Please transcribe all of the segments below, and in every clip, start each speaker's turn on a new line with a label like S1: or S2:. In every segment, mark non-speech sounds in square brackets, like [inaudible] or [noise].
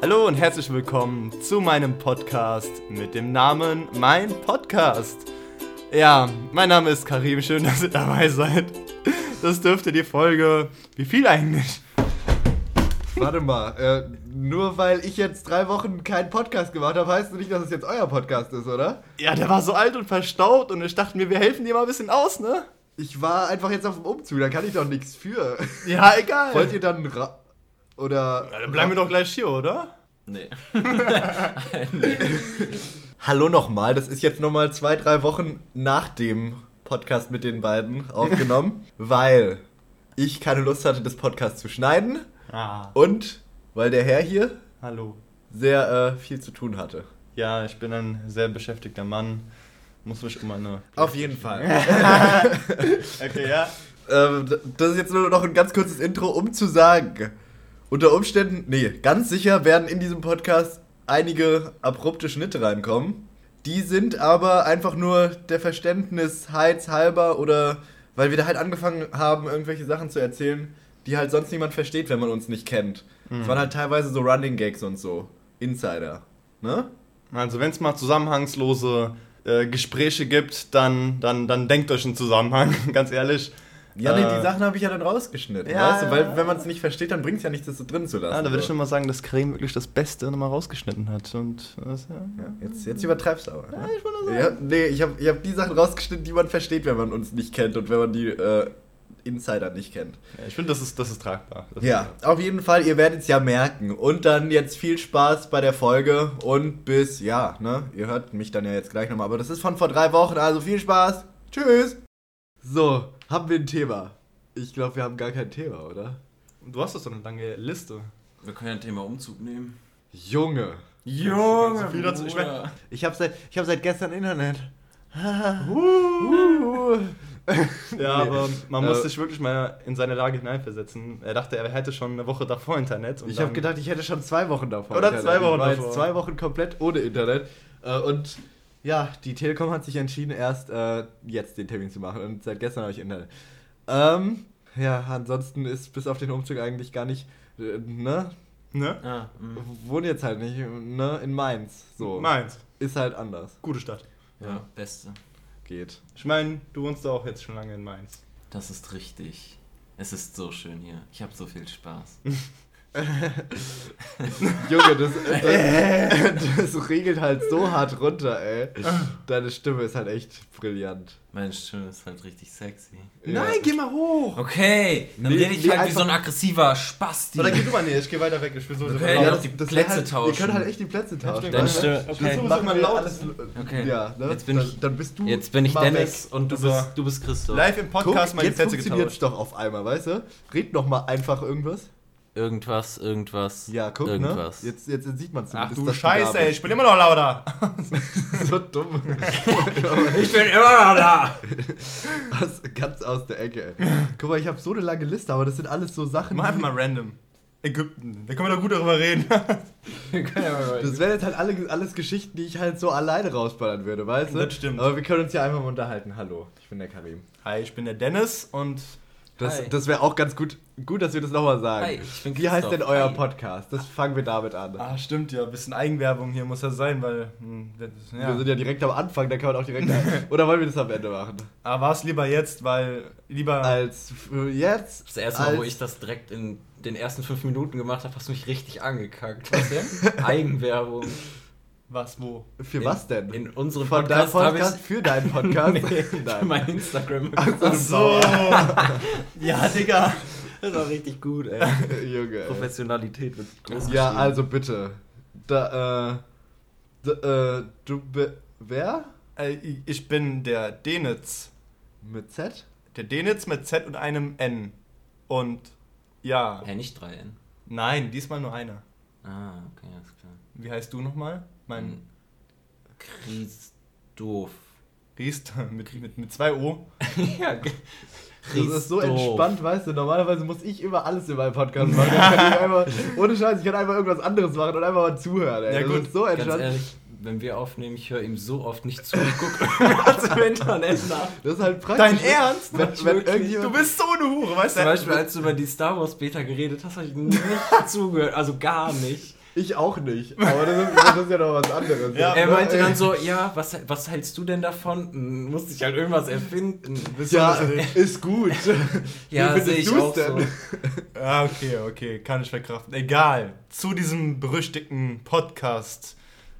S1: Hallo und herzlich willkommen zu meinem Podcast mit dem Namen Mein Podcast. Ja, mein Name ist Karim, schön, dass ihr dabei seid. Das dürfte die Folge, wie viel eigentlich?
S2: Warte mal, äh, nur weil ich jetzt drei Wochen keinen Podcast gemacht habe, heißt das nicht, dass es jetzt euer Podcast ist, oder?
S1: Ja, der war so alt und verstaubt und ich dachte mir, wir helfen dir mal ein bisschen aus, ne?
S2: Ich war einfach jetzt auf dem Umzug, da kann ich doch nichts
S1: [laughs]
S2: für.
S1: Ja, egal.
S2: Wollt ihr dann ra oder
S1: Ja, dann bleiben wir doch gleich hier, oder?
S3: Nee.
S2: Hallo nochmal, das ist jetzt nochmal zwei, drei Wochen nach dem Podcast mit den beiden
S1: [laughs]
S2: aufgenommen, weil ich keine Lust hatte, das Podcast zu schneiden
S1: Ah,
S2: und weil der Herr hier
S1: hallo.
S2: sehr äh, viel zu tun hatte.
S1: Ja, ich bin ein sehr beschäftigter Mann. Muss mich um meine.
S2: Auf jeden [laughs] Fall.
S1: Okay, ja.
S2: Ähm, d- das ist jetzt nur noch ein ganz kurzes Intro, um zu sagen, unter Umständen, nee, ganz sicher werden in diesem Podcast einige abrupte Schnitte reinkommen. Die sind aber einfach nur der Verständnis heiz halber oder weil wir da halt angefangen haben, irgendwelche Sachen zu erzählen, die halt sonst niemand versteht, wenn man uns nicht kennt.
S1: Hm.
S2: Es waren halt teilweise so Running Gags und so. Insider. Ne?
S1: Also, wenn es mal zusammenhangslose äh, Gespräche gibt, dann, dann, dann denkt euch einen Zusammenhang, [laughs] ganz ehrlich.
S2: Ja, nee,
S1: Äh,
S2: die Sachen habe ich ja dann rausgeschnitten,
S1: ja,
S2: weißt du?
S1: ja,
S2: Weil
S1: ja.
S2: wenn man es nicht versteht, dann bringt es ja nichts, das so drin zu lassen.
S1: Ja, da würde ich
S2: So.
S1: schon mal sagen, dass Karim wirklich das Beste nochmal rausgeschnitten hat. Und äh, das, ja.
S2: Ja, jetzt, jetzt übertreibst du aber. Ne?
S1: ich wollte nur
S2: Ja, nee, ich habe ich hab die Sachen rausgeschnitten, die man versteht, wenn man uns nicht kennt und wenn man die äh, Insider nicht kennt.
S1: Ja, ich finde, das ist, das ist tragbar. Das
S2: Ja, auf jeden Fall, ihr werdet es ja merken. Und dann jetzt viel Spaß bei der Folge und bis, ja, ne? Ihr hört mich dann ja jetzt gleich nochmal, aber das ist von vor drei Wochen, also viel Spaß. Tschüss. So, haben wir ein Thema? Ich glaube, wir haben gar kein Thema, oder?
S1: Du hast doch so eine lange Liste.
S3: Wir können ja ein Thema Umzug nehmen.
S2: Junge,
S1: Junge, So viel dazu. Ich
S3: Bruder.
S2: ich habe seit, ich hab seit gestern Internet.
S1: Ja,
S2: Uh. [laughs] Nee.
S1: aber man muss
S2: Äh,
S1: sich wirklich mal in seine Lage hineinversetzen. Er dachte, er hätte schon eine Woche davor Internet. und
S2: Ich habe
S1: dann-
S2: gedacht, ich hätte schon zwei Wochen davon.
S1: Oder
S2: Internet.
S1: zwei Wochen
S2: ich war
S1: davor.
S2: Jetzt zwei Wochen komplett ohne Internet. Äh, Und ja, die Telekom hat sich entschieden, erst äh, jetzt den Termin zu machen. Und seit gestern habe ich Internet. Ähm, ja, ansonsten ist bis auf den Umzug eigentlich gar nicht. äh, Ne?
S1: Ne?
S3: Ah, mm,
S2: Wohne jetzt halt nicht, ne? In Mainz. So.
S1: Mainz.
S2: Ist halt anders.
S1: Gute Stadt.
S3: ja, beste.
S2: Geht.
S1: Ich meine, du wohnst da auch jetzt schon lange in Mainz.
S3: Das ist richtig. Es ist so schön hier. Ich habe so viel Spaß.
S2: Junge, das,
S1: [laughs]
S2: das, das regelt halt so hart runter, ey. Deine Stimme ist halt echt brillant.
S3: Meine Stimme ist halt richtig sexy.
S2: Ja.
S1: geh mal hoch!
S3: Okay, dann
S2: Nee,
S3: rede ich
S2: nee,
S3: halt wie
S2: einfach-
S3: so ein aggressiver Spasti.
S1: Oder geh du mal näher, ich geh weiter weg. Ich will sowieso genau
S3: Okay,
S1: mal
S3: ja,
S1: laut.
S3: das- die
S2: wär
S3: Plätze
S2: halt,
S3: tauschen.
S2: Wir können halt echt die Plätze tauschen.
S3: Dann stimmt. Okay.
S1: Das
S2: Machen
S1: machen
S2: wir
S1: wir laut.
S2: alles-
S3: Okay.
S2: Ja, ne?
S3: Jetzt bin
S2: dann,
S3: ich-
S2: dann bist du.
S3: Jetzt bin ich
S2: mal
S3: Dennis
S2: weg.
S3: und du
S1: Also,
S3: bist, du bist Christoph.
S1: Live im
S2: Guck,
S1: Podcast meine
S2: jetzt
S1: Sätze
S2: funktioniert's
S1: getauscht.
S2: doch auf einmal, weißt du? Red noch mal einfach irgendwas.
S3: Irgendwas, irgendwas.
S2: Ja, guck,
S3: irgendwas.
S2: ne? Jetzt, jetzt sieht man
S1: Ach
S2: zumindest.
S1: du
S2: dass
S1: Scheiße,
S2: da
S1: ey,
S2: bist.
S1: ich bin immer noch lauter. [laughs]
S2: So dumm.
S3: Ich bin immer noch da!
S2: Was, ganz aus der Ecke, ey. Guck mal, ich habe so eine lange Liste, aber das sind alles so Sachen.
S1: Mach einfach
S2: die-
S1: mal random. Ägypten, da können wir doch gut darüber reden.
S2: Das wären jetzt halt alle, alles Geschichten, die ich halt so alleine rausballern würde, weißt du?
S1: Das stimmt.
S2: Aber wir können uns ja einfach mal unterhalten. Hallo, ich bin der Karim.
S1: [laughs] Hi, ich bin der Dennis und
S2: Das,
S3: Hi.
S2: das wäre auch ganz gut, gut, dass wir das nochmal sagen.
S3: Hi, ich bin
S2: Wie heißt
S3: Christoph.
S2: denn euer
S3: Hi.
S2: Podcast? Das fangen wir damit an.
S1: Ah, stimmt ja, ein bisschen Eigenwerbung hier muss das sein, weil hm, das, ist-
S2: Wir
S1: ja.
S2: sind ja direkt am Anfang, da kann man auch direkt.
S3: [laughs]
S2: Oder wollen wir das am Ende machen?
S1: Aber war es Ah, lieber jetzt, weil lieber
S2: Als für jetzt.
S3: Ah. Das erste Mal,
S2: als,
S3: wo ich das direkt in den ersten fünf Minuten gemacht habe, hast du mich richtig angekackt. Was denn? [laughs] Eigenwerbung.
S1: was wo.
S2: Für was denn?
S3: In unserem
S2: Von deinem
S3: Podcast, habe
S2: Podcast
S3: ich
S2: für deinen [laughs] Podcast?
S3: [laughs] Nee,
S2: Nein.
S3: für mein Instagram.
S1: Ach so.
S3: ja, Digga. Das war richtig gut, ey.
S2: Junge. [laughs] ey.
S3: Professionalität wird groß
S2: Ja,
S3: geschrieben.
S2: also bitte. Da, äh. Da, äh du. Be, wer?
S1: Äh, ich- ich bin der Denitz.
S2: Mit Z?
S1: Der Denitz mit Z und einem N. Und ja,
S3: Hä, nicht 3N.
S1: nein, diesmal nur einer.
S3: Ah, okay, alles klar. Hm.
S1: Wie heißt du nochmal? Mein
S3: Christoph.
S1: Riest [laughs] mit, mit, mit zwei O.
S3: ja, ge-
S2: Das ist so
S3: Christoph.
S2: entspannt, weißt du. Normalerweise muss ich immer alles in meinem Podcast machen. Ich kann nicht einfach, ohne Scheiß, ich kann einfach irgendwas anderes machen und einfach mal zuhören. Ey.
S1: Ja,
S2: das
S1: gut.
S2: ist so
S3: Ganz
S2: entspannt.
S3: ehrlich, wenn wir aufnehmen, ich höre ihm so oft nicht zu. Ich gucke irgendwas im Internet nach.
S2: Das ist halt praktisch.
S1: Dein Ernst?
S2: Wenn,
S3: Nicht
S2: wenn
S3: wirklich.
S1: Du
S2: irgendjemand,
S1: bist so eine Hure, weißt
S3: Zum Beispiel,
S1: du?
S3: als du über die Star Wars Beta geredet hast, habe ich nicht zugehört. Also gar nicht.
S2: Ich auch nicht. Aber das ist, das ist ja noch was anderes.
S1: Ja,
S3: Er
S2: Ne?
S3: meinte
S2: Ey.
S3: dann so, ja, was, was hältst du denn davon? Hm, Musste ich halt irgendwas erfinden.
S2: äh, Ja, ist gut.
S3: Ja,
S2: findest
S3: sehe ich
S2: du's
S3: auch so.
S1: Ah, okay, okay, kann ich verkraften. Egal, zu diesem berüchtigten Podcast.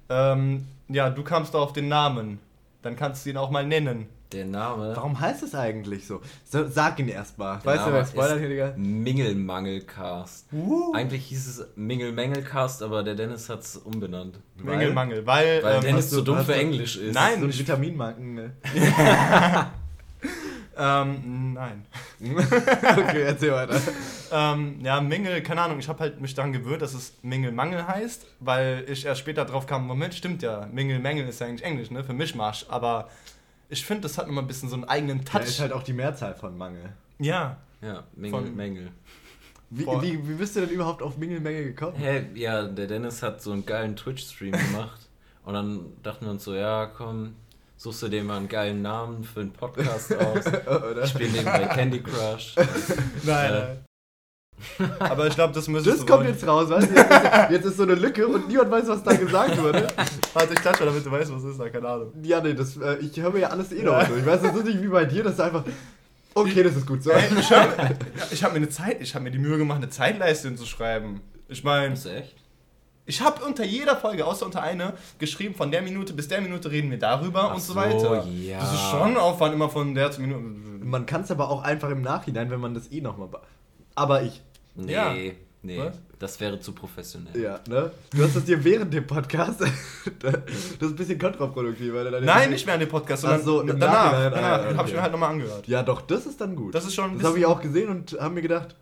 S1: Ähm, ja, du kamst da auf den Namen. Dann kannst du ihn auch mal nennen.
S3: Der Name
S2: Warum heißt es eigentlich so? So, Sag ihn erstmal.
S3: Der
S2: Weißt du,
S3: Name
S2: wer spoilert
S3: ist
S2: hier, Digga?
S3: Mingelmangelcast.
S2: Uh.
S3: Eigentlich hieß es Mingelmängelcast, aber der Dennis hat es umbenannt.
S2: Weil?
S1: Mingelmangel, weil.
S3: Weil
S1: ähm,
S3: Dennis
S2: hast du-
S3: so dumm
S2: hast
S3: für
S2: du-
S3: Englisch ist.
S1: Nein.
S2: So ein Vitaminmarken, ne?
S1: ähm, nein. [laughs]
S2: okay, erzähl weiter.
S1: Ähm, ja, Mingel, keine Ahnung, ich habe halt mich daran gewöhnt, dass es Mingelmangel heißt, weil ich erst später drauf kam, Moment, stimmt ja, Mingelmängel ist ja eigentlich Englisch, ne, für Mischmasch, aber ich finde, das hat nochmal ein bisschen so einen eigenen
S2: Da ist
S1: Touch.
S2: halt auch die Mehrzahl von Mangel.
S1: ja,
S3: Ja, Mingel,
S1: Von-
S3: Mängel.
S2: Wie,
S1: Boah.
S2: wie, wie bist du denn überhaupt auf Mingelmenge gekommen?
S3: Hä, ja, der Dennis hat so einen geilen Twitch-Stream gemacht. Und dann dachten wir uns so, ja, komm, suchst du dir mal einen geilen Namen für einen Podcast aus.
S2: Oder?
S3: Spiel den bei Candy Crush.
S1: nein, nein. Äh. [laughs] aber ich glaube, das müsste
S2: [laughs] Das kommt jetzt raus, weißt du? Jetzt ist, jetzt ist so eine Lücke und niemand weiß, was da gesagt wurde.
S1: Warte, ich klatsche, Halt damit du weißt, was es ist, na, keine [laughs] Ahnung.
S2: Ja, nee, das, äh, ich höre mir ja alles eh noch
S1: Ja.
S2: durch. Weißt du, das ist nicht wie bei dir, das ist einfach. Okay, das ist gut so.
S1: Ich habe hab mir eine Zeit, ich habe mir die Mühe gemacht, eine Zeitleiste zu schreiben. Ich meine,
S3: Ist echt?
S1: ich habe unter jeder Folge, außer unter einer, geschrieben, von der Minute bis der Minute reden wir darüber
S3: Ach
S1: und so,
S3: so,
S1: weiter.
S3: ja.
S1: Das ist schon Aufwand, immer von der zu Minute.
S2: Man kann es aber auch einfach im Nachhinein, wenn man das eh nochmal. Aber ich.
S3: Nee,
S1: Ja.
S3: nee.
S1: Was?
S3: Das wäre zu professionell.
S2: Ja, ne? Du hast es dir während dem Podcast. [laughs] das ist ein bisschen kontraproduktiv, weil du dann-
S1: Nein, nicht mehr an dem Podcast, sondern
S2: Ach so, im
S1: danach.
S2: Nachhinein,
S1: danach
S2: ah, ja,
S1: habe ich
S2: okay.
S1: mir halt nochmal angehört.
S2: Ja, doch, das ist dann gut.
S1: Das ist schon ein
S2: Das habe ich
S1: bisschen-
S2: auch gesehen und habe mir gedacht,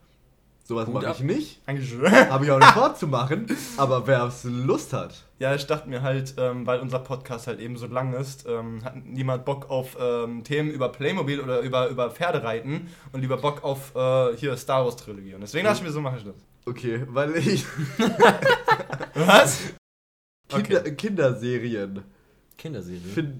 S2: sowas
S3: Hut
S2: mache
S3: ab.
S2: ich nicht.
S1: Eigentlich schon.
S2: Habe ich auch nicht vorzumachen. Aber wer es Lust hat.
S1: Ja, ich dachte mir halt, ähm, weil unser Podcast halt eben so lang ist, ähm, hat niemand Bock auf ähm, Themen über Playmobil oder über, über Pferdereiten und lieber Bock auf äh, hier Star Wars Trilogie. Und deswegen dachte ich mir, so mache ich das.
S2: Okay, weil ich.
S1: Was?
S2: Kinder, Kinderserien.
S3: Kinderserie.
S2: Find,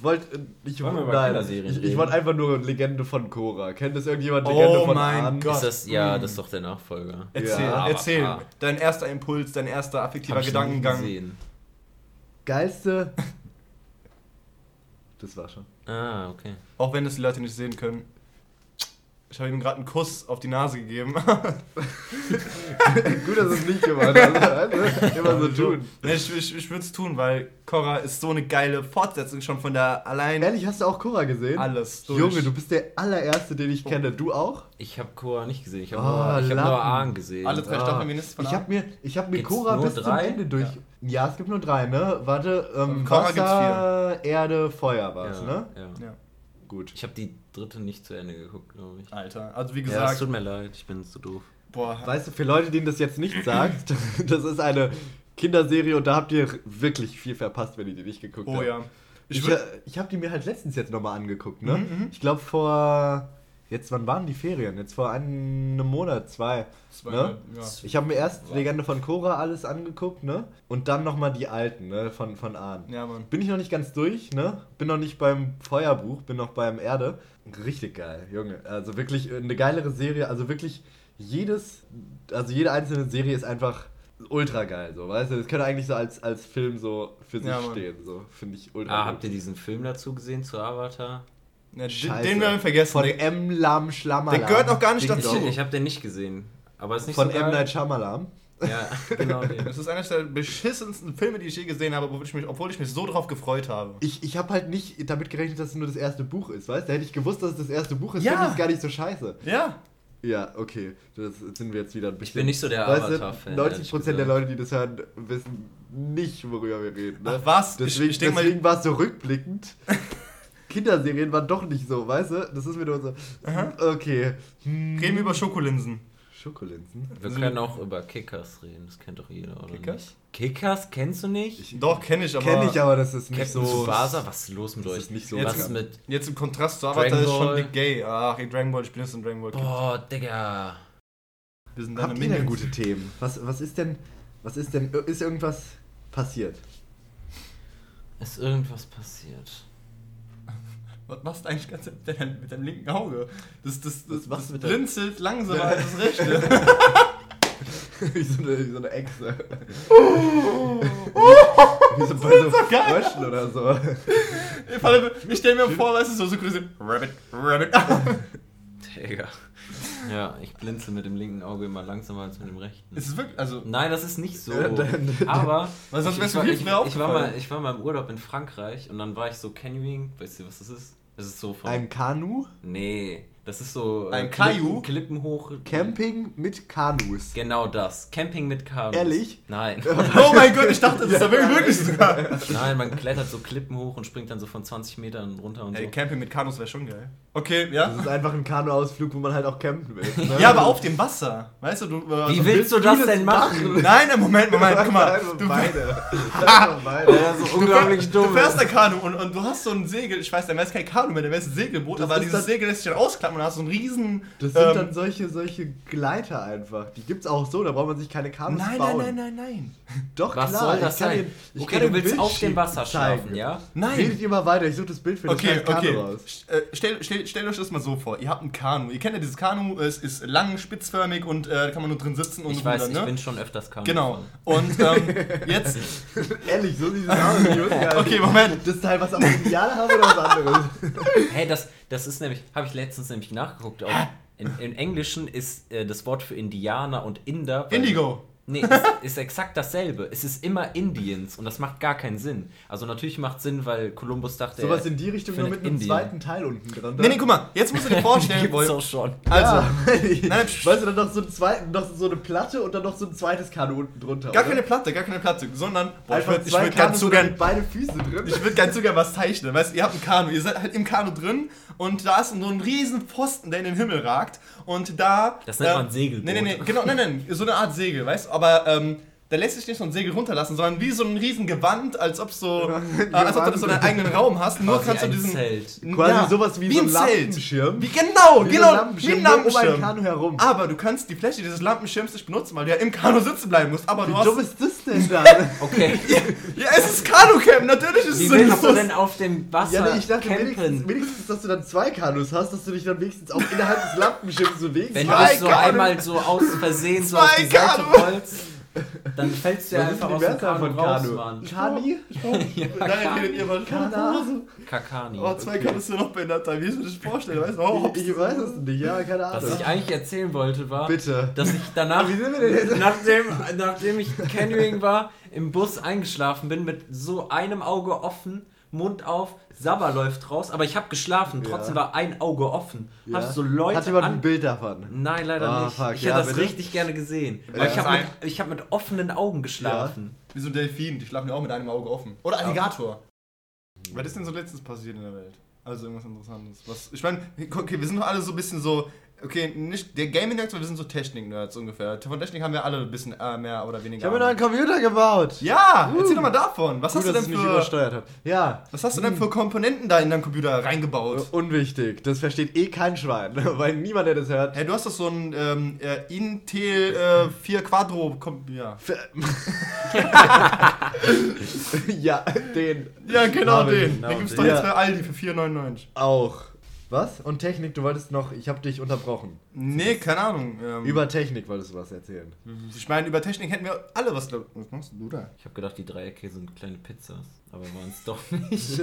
S2: wollt, ich,
S3: Hm. Wollen wir über
S2: nein,
S3: Kinderserien
S2: ich, ich
S3: reden?
S2: wollte einfach nur Legende von Cora. Kennt das irgendjemand?
S1: Oh
S2: Legende von
S1: mein
S2: Ahn?
S1: Gott.
S3: ist das, ja,
S1: Hm.
S3: das ist doch der Nachfolger.
S1: [laughs] Erzähl,
S2: Ja, aber-
S1: erzähl.
S3: ah.
S1: Dein erster Impuls, dein erster affektiver
S3: Hab ich noch nie
S1: Gedankengang.
S3: gesehen. [laughs]
S2: Geilste. Das war schon. [laughs]
S3: Ah, okay.
S1: Auch wenn das die Leute nicht sehen können. Ich habe ihm gerade einen Kuss auf die Nase gegeben. [laughs]
S2: Gut, dass es nicht gemacht hat.
S3: [laughs]
S2: Also, immer so tun.
S1: Nee, ich ich, ich würde es tun, weil Cora ist so eine geile Fortsetzung schon von der allein
S2: Ehrlich, hast du auch Cora gesehen?
S1: alles durch.
S2: Junge, du bist der allererste, den
S3: Oh.
S2: ich kenne. Du auch?
S3: Ich habe Cora nicht gesehen. Ich habe
S2: Ah,
S3: nur, ich hab nur
S2: Lappen.
S3: Ahn gesehen.
S1: Alle drei
S2: Ah.
S1: Staffeln mindestens von
S2: Ich
S1: Ahn.
S2: habe mir, ich hab mir
S3: Gibt's
S2: Cora
S3: nur
S2: bis zum
S3: drei?
S2: Ende durch.
S1: Ja.
S2: Ja. es gibt nur drei, ne? Warte, ähm,
S1: Cora gibt's
S2: Wasser, Erde, Feuer war es,
S3: ja,
S2: ne?
S3: ja.
S1: Ja.
S2: Gut.
S3: Ich habe die dritte nicht zu Ende geguckt, glaube ich.
S1: Alter, also wie
S3: Ja, es
S1: gesagt,
S3: tut mir leid, ich bin so doof.
S1: boah,
S2: Weißt du, für Leute, denen das jetzt nicht sagt, [laughs] das ist eine Kinderserie und da habt ihr wirklich viel verpasst, wenn ihr die nicht geguckt
S1: oh
S2: habt.
S1: ja.
S2: Ich,
S1: Ich
S2: ich,
S1: würd,
S2: ich habe die mir halt letztens jetzt nochmal angeguckt, ne?
S1: Mhm, mhm.
S2: Ich glaube vor. Jetzt, wann waren die Ferien? Jetzt vor einem Monat, zwei.
S1: Zwei,
S2: ne?
S1: ja.
S2: Ich habe mir erst
S3: Ja.
S2: Legende von Cora alles angeguckt, ne? Und dann nochmal die alten, ne? Von, von Ahn.
S1: ja, Mann.
S2: Bin ich noch nicht ganz durch, ne? Bin noch nicht beim Feuerbuch, bin noch beim Erde. Richtig geil, Junge. Also wirklich eine geilere Serie. Also wirklich jedes, also jede einzelne Serie ist einfach ultra geil, so, weißt du? Das könnte eigentlich so als, als Film so für sich
S1: Ja, Mann.
S2: stehen, so. Finde ich ultra
S3: Ah, habt
S2: gut.
S3: ihr diesen Film dazu gesehen, zu Avatar?
S1: Ja, den,
S2: Scheiße.
S1: den werden wir vergessen.
S2: [laughs] Von
S1: Der-
S2: M. Lam Schlamalam.
S1: Der gehört auch gar nicht
S2: Ding
S1: dazu.
S2: Dong.
S3: Ich, ich habe den nicht gesehen. Aber ist nicht
S2: Von
S3: so
S2: M.
S3: geil.
S2: Night Shyamalan.
S3: Ja, [laughs] genau. Den.
S1: Das ist einer der beschissensten Filme, die ich je gesehen habe, obwohl ich mich, obwohl ich mich so drauf gefreut habe.
S2: Ich, ich habe halt nicht damit gerechnet, dass es nur das erste Buch ist, weißt du? Hätte ich gewusst, dass es das erste Buch ist,
S1: Ja.
S2: finde ich es gar nicht so scheiße.
S1: Ja.
S2: Ja, okay. Das sind wir jetzt wieder ein bisschen.
S3: bin nicht so der
S2: Weißt du, 90%
S3: Avatar-Fan,
S2: der
S3: ehrlich gesagt.
S2: Leute, die das hören, wissen nicht, worüber wir reden. Ne?
S1: Ach was, ich-
S2: Deswegen,
S1: ich denk mal-
S2: deswegen war es so
S1: [laughs]
S2: rückblickend. Kinderserien waren doch nicht so, weißt du? Das ist wieder so. Okay. Hm.
S1: Reden wir über Schokolinsen.
S2: Schokolinsen.
S3: Wir können auch über Kickers reden, das kennt doch jeder, oder?
S1: Kickers?
S3: Nicht? Kickers kennst du nicht?
S1: Doch, kenne ich, aber.
S2: Kenne ich, aber das ist nicht
S3: Captain
S2: so.
S3: Tsubasa, was ist los mit
S2: Das
S3: euch?
S2: ist nicht so
S3: was
S1: bekannt.
S3: ist mit.
S1: Jetzt im Kontrast zu
S3: Dragon
S1: Avatar ist schon
S3: Ball.
S1: Big Gay. Ach, ey, Dragon Ball, ich bin jetzt in Dragon Ball. Kid.
S3: Boah, Digga.
S1: Wir sind deine
S2: Habt ihr denn
S1: Minions.
S2: gute Themen? Was, was ist denn. Was ist denn. Ist irgendwas passiert? [laughs]
S3: Ist irgendwas passiert?
S1: Was machst du eigentlich ganz mit deinem, mit deinem linken Auge? Das, das, das,
S2: Was machst
S1: das
S2: du mit deinem-
S1: blinzelt langsamer als das rechte.
S2: wie, so eine, wie so eine Echse. [laughs] wie so bei
S1: sieht Oh!
S2: so,
S1: so geil
S2: Fröschen oder so.
S1: [laughs] Ich, fand- ich stell
S2: [laughs]
S1: mir vor, weißt du, so synchronisiert. Rabbit, Rabbit. [laughs]
S3: Digga. Ja, ich blinzel mit dem linken Auge immer langsamer als mit dem rechten.
S1: Es ist wirklich, also,
S3: Nein, das
S1: [laughs]
S3: ist nicht so.
S2: Ja, dann- dann-
S3: Aber
S1: Weil sonst
S3: ich,
S1: wärst
S3: ich,
S1: du
S3: war-
S1: wirklich
S3: ich,
S1: mehr
S3: ich, war mal,
S1: aufgefallen.
S3: ich war mal im Urlaub in Frankreich und dann war ich so Canyoning, weißt du, was das ist? Das ist so von.
S2: Ein Kanu?
S3: nee, das ist so. äh,
S1: Ein Kaju?
S3: Klippen, Klippen hoch.
S2: Camping mit Kanus.
S3: Genau das. Camping mit Kabel.
S2: Ehrlich? [laughs]
S3: Nein.
S1: oh mein Gott, ich dachte, das ist da wirklich wirklich sogar.
S3: Nein, man klettert so Klippen hoch und springt dann so von 20 Metern runter und
S1: Ey,
S3: so.
S1: Camping mit Kanus wäre schon geil. Okay, ja.
S2: Das ist einfach ein Kanuausflug, wo man halt auch campen will. ne?
S1: Ja, aber auf dem Wasser. Weißt du, du. äh,
S3: Wie
S1: so-
S3: willst du das denn [laughs] machen?
S1: Nein, nein, Moment, Moment, guck mal.
S2: [laughs] [laughs] Einfach
S1: Du,
S2: beide.
S1: [laughs]
S2: Einfach beide.
S3: Alter, so
S1: du, du fährst ein Kanu und, und du hast so ein Segel. Ich weiß, dann wäre es kein Kanu mehr, dann wäre es ein Segelboot.
S2: Das
S1: aber
S2: ist
S1: dieses
S2: das-
S1: Segel lässt sich dann ausklappen und dann hast du einen riesen.
S2: Das sind
S1: ähm,
S2: dann solche, solche Gleiter einfach. Die gibt's auch so, da braucht man sich keine Kanus
S1: Nein, nein,
S2: bauen.
S1: nein, nein, nein.
S2: Doch,
S3: Was
S2: klar.
S3: soll das
S2: ich kann
S3: sein?
S2: Dir, ich
S3: okay,
S2: kann dir
S3: du
S2: ein
S3: willst
S2: Bild
S3: auf dem Wasser
S2: zeigen.
S3: schlafen, ja?
S1: Nein.
S2: Redet ihr mal weiter, ich suche das Bild für das
S1: Okay,
S2: scheiß Kanu
S1: okay.
S2: raus.
S1: Sch- äh, Stellt stell, stellt euch das mal so vor. Ihr habt ein Kanu. Ihr kennt ja dieses Kanu, es ist lang, spitzförmig und äh, da kann man nur drin sitzen und
S3: Ich
S1: so
S3: weiß,
S1: rudern,
S3: ich
S1: ne?
S3: bin schon öfters Kanu
S1: Genau.
S3: gefahren.
S1: Und ähm, jetzt.
S2: Ehrlich, so sieht
S1: [laughs]
S2: es aus. ich wusste gar nicht.
S1: Okay, Moment.
S2: Das Teil, was am Ideal haben oder was
S3: [laughs]
S2: anderes?
S3: Hey, das, das ist nämlich, habe ich letztens nämlich nachgeguckt. Auch in, Im Englischen ist äh, das Wort für Indianer und Inder. weil-
S1: Indigo.
S3: Nee, ist, ist exakt dasselbe. Es ist immer Indiens und das macht gar keinen Sinn. Also natürlich macht Sinn, weil Kolumbus dachte,
S2: Sowas
S3: er [laughs]
S2: in die Richtung, nur
S3: findet
S2: mit einem
S3: Indien.
S2: zweiten Teil unten dran.
S1: Nee, nee, guck mal. Jetzt musst du dir vorstellen,
S3: [laughs] Gibt's
S1: Wolf.
S3: auch schon.
S1: Also,
S2: Ja,
S1: Nein,
S2: weißt du, dann noch so, einen zweiten, noch so eine Platte und dann noch so ein zweites Kanu unten drunter.
S1: gar
S2: oder?
S1: keine Platte, gar keine Platte, sondern boah, ich
S2: Einfach
S1: würde
S2: zwei
S1: würd
S2: Kanus
S1: ganz so
S2: und dann
S1: gern
S2: mit beide Füße drin.
S1: Ich würde ganz sogar was zeichnen. Weißt du, ihr habt ein Kanu, ihr seid halt im Kanu drin und da ist so ein riesen Pfosten, der in den Himmel ragt. Und da. äh,
S3: Das nennt man Segelboot.
S1: Nee, nee, nee, genau, nein, nein, so eine Art Segel, weißt du? Aber ähm, da lässt sich nicht so ein Segel runterlassen, sondern wie so ein riesen Gewand, als ob
S2: [laughs]
S1: so. äh, als ob du so deinen eigenen Raum hast. Nur
S3: quasi
S1: kannst du
S3: ein
S1: diesen.
S3: Zelt.
S2: Quasi sowas wie so ein Lampenschirm.
S1: Wie, genau,
S2: Wie so
S1: genau,
S2: ein Lampenschirm,
S1: wie ein
S2: nur um ein
S1: Lampenschirm. Ah,
S2: Kanu herum.
S1: Aber du kannst die Fläche dieses Lampenschirms nicht benutzen, weil du ja im Kanu sitzen bleiben musst. Aber du
S2: Wie dumm
S1: hast.
S2: ist das denn dann?
S3: Okay.
S1: Ja, es ist Kanu-Camp, natürlich ist es
S3: Wie willst du
S1: sinnlos.
S3: denn auf dem Wasser
S2: Ja, nee, ich dachte wenigstens,
S3: campen?
S2: wenigstens, dass du dann zwei Kanus hast, dass du dich dann wenigstens auch innerhalb des Lampenschiffs bewegst.
S3: Wenn du
S1: Zwei
S3: dich so
S1: Kanu.
S3: einmal so aus Versehen so auf die
S1: Zwei
S3: Seite
S1: Kanu.
S3: rollst, dann fällst du ja
S2: Was ist
S3: einfach
S2: denn die
S3: aus dem
S2: Mehrzahl
S3: Kanu
S2: von
S3: raus,
S2: Kanu?
S3: Mann.
S2: Kani?
S1: Nein, redet ihr mal
S2: Kana?
S3: Kakani.
S1: Oh, zwei kannst du noch behindert sein. Wie soll ich das vorstellen? Weißt du, oh, hops. [laughs]
S2: Ich, ich weiß es nicht, ja, keine
S3: Was
S2: Ahnung.
S3: ich eigentlich erzählen wollte war,
S2: Bitte.
S3: dass ich danach,
S2: Wie sind wir denn jetzt?
S3: nachdem, nachdem ich Canyoning war, im Bus eingeschlafen bin mit so einem Auge offen, Mund auf, Sabber läuft raus, aber ich habe geschlafen,
S2: Ja.
S3: trotzdem war ein Auge offen.
S2: Ja.
S3: Hab so Leute
S2: Hat jemand ein
S3: an-
S2: Bild davon?
S3: Nein, leider
S2: Ah,
S3: nicht.
S2: fuck,
S3: Ich
S2: ja,
S3: hätte das
S2: bitte.
S3: richtig gerne gesehen. Weil ich habe
S1: Nein.
S3: mit, ich hab mit offenen Augen geschlafen.
S1: Wie so ein Delfin, die schlafen ja auch mit einem Auge offen. Oder Alligator. Was ist denn so letztens passiert in der Welt? Also irgendwas Interessantes. Was, ich meine, okay, wir sind doch alle so ein bisschen so. Okay, nicht der Gaming-Nerds, aber wir sind so Technik-Nerds ungefähr. Von Technik haben wir alle ein bisschen äh, mehr oder weniger.
S2: Ich habe mir
S1: Ahnung.
S2: einen Computer gebaut.
S1: ja, erzähl doch mal davon. Was
S2: Gut,
S1: hast du
S2: dass
S1: denn
S2: es mich
S1: für.
S2: übersteuert hat. Ja,
S1: Was hast du
S3: Hm.
S1: denn für Komponenten da in deinen Computer reingebaut?
S2: unwichtig. Das versteht eh kein Schwein, [laughs] weil niemand, der das
S3: Äh,
S2: hört. [laughs]
S1: Hey, du hast doch so ein ähm, äh, Intel äh, 4 Quadro. Kom ja.
S2: ja, den
S1: ja, genau
S2: Marvin,
S1: den.
S3: genau
S1: den gibt's
S3: den.
S1: doch jetzt bei
S2: Ja.
S1: Aldi für 4,99.
S2: auch. Was? Und Technik, du wolltest noch, ich habe dich unterbrochen.
S1: Nee, keine Ahnung. Ähm,
S2: Über Technik wolltest du
S1: [laughs]
S2: was erzählen.
S1: ich meine, über Technik hätten wir alle was. glaub- Was machst du da?
S3: Ich habe gedacht, die Dreiecke sind kleine Pizzas, aber waren
S2: [laughs]
S3: es doch nicht.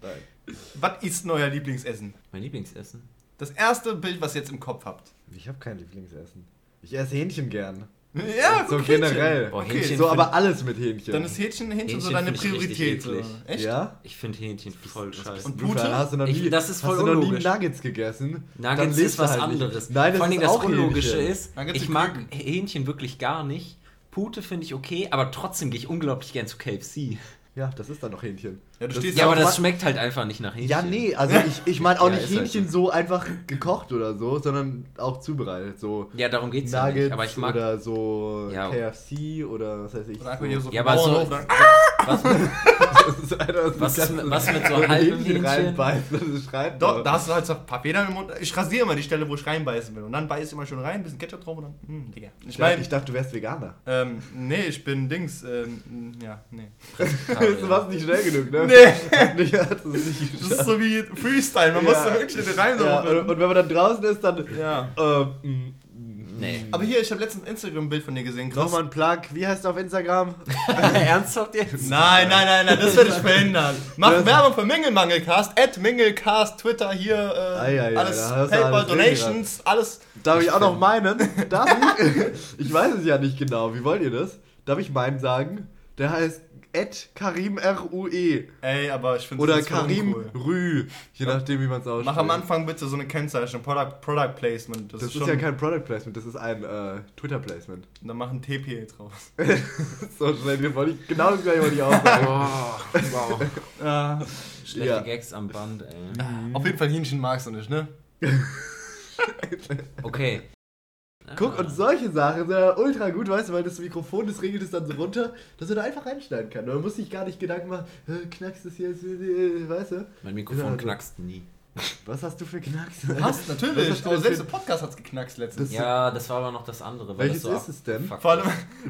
S2: Nein.
S1: Was ist denn euer Lieblingsessen?
S3: mein Lieblingsessen.
S1: Das erste Bild, was ihr jetzt im Kopf habt.
S2: Ich habe kein Lieblingsessen. Ich esse Hähnchen gern.
S1: Ja,
S2: So
S1: Ah, Hähnchen.
S2: generell.
S3: Boah,
S1: Okay,
S3: Hähnchen
S2: So,
S3: find-
S2: aber alles mit Hähnchen.
S1: Dann ist Hähnchen, Hähnchen, so
S3: Hähnchen
S1: deine
S3: find ich richtig
S1: Priorität. so.
S3: eklig.
S1: Echt?
S2: Ja?
S3: Ich finde Hähnchen voll scheiße.
S1: Und
S2: Du
S1: Pute?
S2: Hast du noch nie,
S3: Ich- das ist voll
S2: hast du noch nie
S3: unlogisch.
S2: Nuggets gegessen? Dann
S3: Nuggets
S2: lebst
S3: ist
S2: du
S3: was
S2: halt nicht.
S3: anderes.
S2: Nein, das
S3: Vor allem
S2: ist
S3: das
S2: auch
S3: Unlogische
S2: Hähnchen.
S3: ist,
S1: Nuggets
S3: ich
S1: sind
S3: mag
S1: Krücken.
S3: Hähnchen wirklich gar nicht. Pute finde ich okay, aber trotzdem gehe ich unglaublich gern zu KFC.
S2: Ja, das ist dann noch Hähnchen.
S1: Ja, du
S2: Das-
S1: stehst
S3: Ja,
S1: auch
S3: aber das
S1: was-
S3: schmeckt halt einfach nicht nach Hähnchen.
S2: Ja, nee, also ich,
S1: [laughs]
S2: ich meine auch
S3: Ja,
S2: nicht
S3: ist halt
S2: Hähnchen so einfach gekocht oder so, sondern auch zubereitet. So
S3: Ja, darum geht's ja
S2: Nuggets
S3: nicht. Aber ich mag.
S2: oder so
S3: Ja.
S2: KFC oder was weiß ich.
S1: Oder einfach hier so [laughs]
S3: Ja,
S1: vom
S3: aber so- Ah!
S1: Bauernhof, dann-
S3: Was,
S2: Das ist einer, das
S3: was, ist,
S2: ganze-
S3: mit- was mit
S1: [laughs]
S3: so
S2: wo ein
S3: halbem
S2: Hähnchen
S3: Hähnchen?
S2: reinbeißt, das schreit
S1: Doch, da
S2: doch.
S1: hast du halt so ein paar Federn im Mund. Ich rasiere immer die Stelle, wo ich reinbeißen will. Und dann beiße ich immer schön rein, ein bisschen Ketchup drauf und dann. Hm, Digga. Ich
S2: Ich, mein,
S1: meine,
S2: ich dachte, du wärst
S3: [laughs]
S2: Veganer.
S1: ähm, nee, ich bin Dings. Ähm, ja, nee.
S2: Du warst nicht schnell genug, ne?
S1: Nee.
S2: Ich hatte es nicht
S1: Das ist
S2: geschafft.
S1: so wie Freestyle, man muss da wirklich in den Reim
S2: ja,
S1: ja,
S2: und, und wenn man dann draußen ist, dann.
S1: ja.
S2: Ähm, mm,
S3: Nee.
S1: Aber hier, ich habe letztens ein Instagram-Bild von dir gesehen, Chris.
S2: Nochmal ein Plug. Wie heißt er auf Instagram?
S3: [laughs]
S1: [laughs]
S3: Ernsthaft jetzt?
S1: Nein, nein, nein, nein, das werde
S2: [laughs]
S1: ich verhindern. Mach Werbung für Mingelmangelcast, at Mingelcast, Twitter hier, äh,
S2: Ei, ei, ei,
S1: alles,
S2: da hast du
S1: Paypal,
S2: alles drin
S1: Donations, alles.
S2: Darf ich auch noch meinen? Darf
S1: [laughs]
S2: ich? ich weiß es ja nicht genau. Wie wollt ihr das? Darf ich meinen sagen? Der heißt Ed Karim RUE
S1: Ey, aber ich finde
S2: oder Karim Rü, je nachdem wie man es ausspricht.
S1: Mach am Anfang bitte so eine Kennzeichnung, Product, Product Placement. Das,
S2: Das
S1: ist,
S2: ist
S1: schon,
S2: ja kein Product Placement, das ist ein äh, Twitter Placement. [laughs]
S1: Dann mach ein TP draus.
S2: so schnell, wir wollte ich genau das gleiche wollte ich auch
S1: [laughs]
S2: sagen.
S3: Wow, wow. Schlechte
S2: Ja.
S3: Gags am Band, ey.
S2: Mhm.
S1: Auf jeden Fall Hähnchen magst du nicht, ne?
S3: [laughs] Okay. Ah,
S2: Guck, und solche Sachen sind ja ultra gut, weißt du, weil das Mikrofon, das regelt es dann so runter, dass er da einfach reinschneiden kann. Man muss sich gar nicht Gedanken machen, äh, knackst das hier, äh, weißt du?
S3: Mein Mikrofon
S2: Ja.
S3: knackst nie.
S2: Was hast du für Knacks?
S1: Hast,
S2: [laughs] Was
S1: natürlich.
S2: hast du
S1: Aber
S2: denn
S1: selbst
S2: für-
S1: im Podcast hat's geknackst letztens.
S2: Das-
S3: Ja, das war aber noch das andere. weil
S2: Welches
S3: das
S2: ist
S3: so
S2: es denn?
S3: abgefuckt
S1: Vor allem,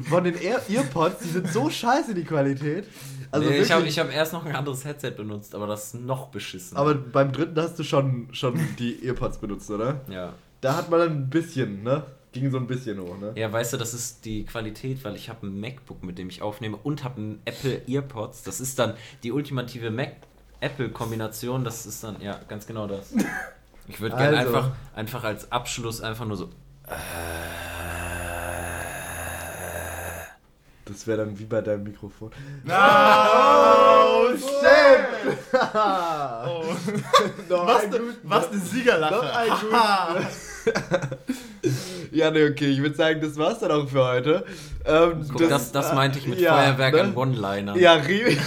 S2: Von den Air Earpods, die sind so scheiße, die Qualität. Also
S3: Also nee, ich habe
S2: wirklich,
S3: ich hab erst noch ein anderes Headset benutzt, aber das ist noch beschissen.
S2: aber beim dritten hast du schon, schon die Earpods benutzt, oder?
S3: ja.
S2: Da hat man dann ein bisschen, ne? Ging so ein bisschen hoch, ne?
S3: ja, weißt du, das ist die Qualität, weil ich habe ein MacBook, mit dem ich aufnehme und habe ein Apple Earpods. Das ist dann die ultimative Mac-Apple-Kombination. Das ist dann, ja, ganz genau das. Ich würde gerne
S2: Also.
S3: einfach, einfach als Abschluss einfach nur so.
S2: Das wäre dann wie bei deinem Mikrofon.
S1: oh,
S2: Shit! [laughs]
S1: Oh. [laughs]
S2: Noch
S1: Was,
S2: ein
S1: ne-
S2: gut-
S1: was eine
S2: Noch
S1: Siegerlache.
S2: ein gut. ja, ne, okay, ich würde sagen, das war's dann auch für heute. Ähm,
S3: Guck, das, das, meinte ich mit
S2: ja,
S3: Feuerwerk
S2: ne?
S3: an One-Liner.
S2: Ja, richtig.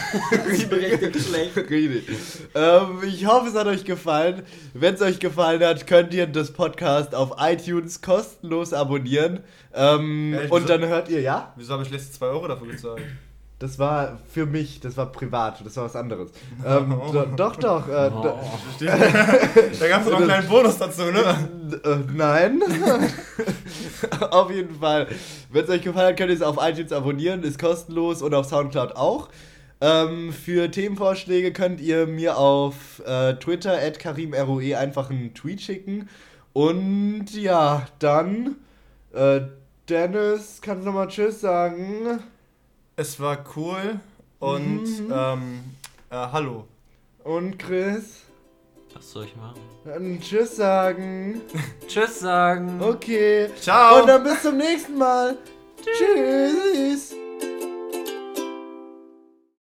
S3: richtig schlecht.
S2: Richtig. Ähm, ich hoffe, es hat euch gefallen. Wenn es euch gefallen hat, könnt ihr das Podcast auf iTunes kostenlos abonnieren. Ähm,
S1: Ehrlich,
S2: und
S1: wieso-
S2: dann hört ihr, ja?
S1: Wieso habe ich letztens 2 Euro dafür
S2: [laughs]
S1: gezahlt?
S2: Das war für mich, das war privat, das war was anderes. Ähm, do, doch, doch. Äh, do,
S3: Oh.
S1: Verstehe. da gab es noch einen kleinen Bonus dazu, ne?
S2: Äh, Nein. [laughs] auf jeden Fall. Wenn es euch gefallen hat, könnt ihr es auf iTunes abonnieren, ist kostenlos und auf Soundcloud auch. Ähm, für Themenvorschläge könnt ihr mir auf äh, Twitter at KarimROE E einfach einen Tweet schicken. Und ja, dann äh, Dennis, kannst du nochmal Tschüss sagen?
S1: Es war cool und
S2: Mhm.
S1: ähm, äh, hallo.
S2: Und Chris,
S3: Was soll ich machen?
S2: einen Tschüss sagen.
S3: Tschüss sagen.
S2: Okay.
S1: Ciao.
S2: Und dann bis zum nächsten Mal. Tschüss.